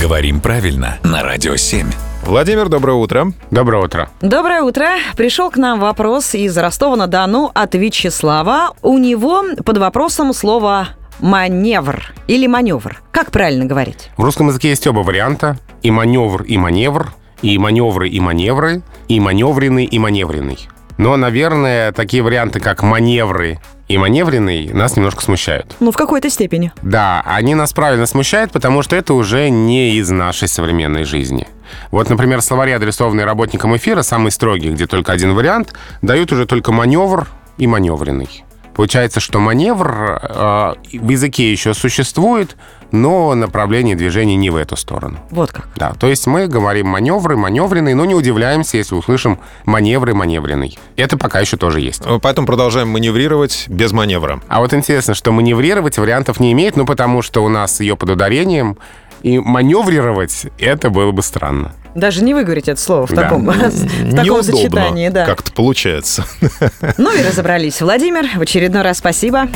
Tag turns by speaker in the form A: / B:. A: Говорим правильно на Радио 7.
B: Владимир, доброе утро.
C: Доброе утро.
D: Доброе утро. Пришел к нам вопрос из Ростова-на-Дону от Вячеслава. У него под вопросом слово маневр или маневр. Как правильно говорить?
C: В русском языке есть оба варианта. И маневр, и маневр. И маневры, и маневры. И маневренный, и маневренный. Но, наверное, такие варианты, как маневры и маневренный, нас немножко смущают.
D: Ну, в какой-то степени.
C: Да, они нас правильно смущают, потому что это уже не из нашей современной жизни. Вот, например, словари, адресованные работникам эфира, самые строгие, где только один вариант, дают уже только маневр и маневренный. Получается, что маневр э, в языке еще существует, но направление движения не в эту сторону.
D: Вот как.
C: Да, то есть мы говорим маневры, маневренный, но не удивляемся, если услышим маневры, маневренный. Это пока еще тоже есть.
B: Поэтому продолжаем маневрировать без маневра.
C: А вот интересно, что маневрировать вариантов не имеет, ну потому что у нас ее под ударением, и маневрировать это было бы странно.
D: Даже не выговорить это слово в
C: Да.
D: таком, в таком
B: Неудобно.
D: сочетании. Да.
B: Как-то получается.
D: Ну и разобрались. Владимир, в очередной раз спасибо.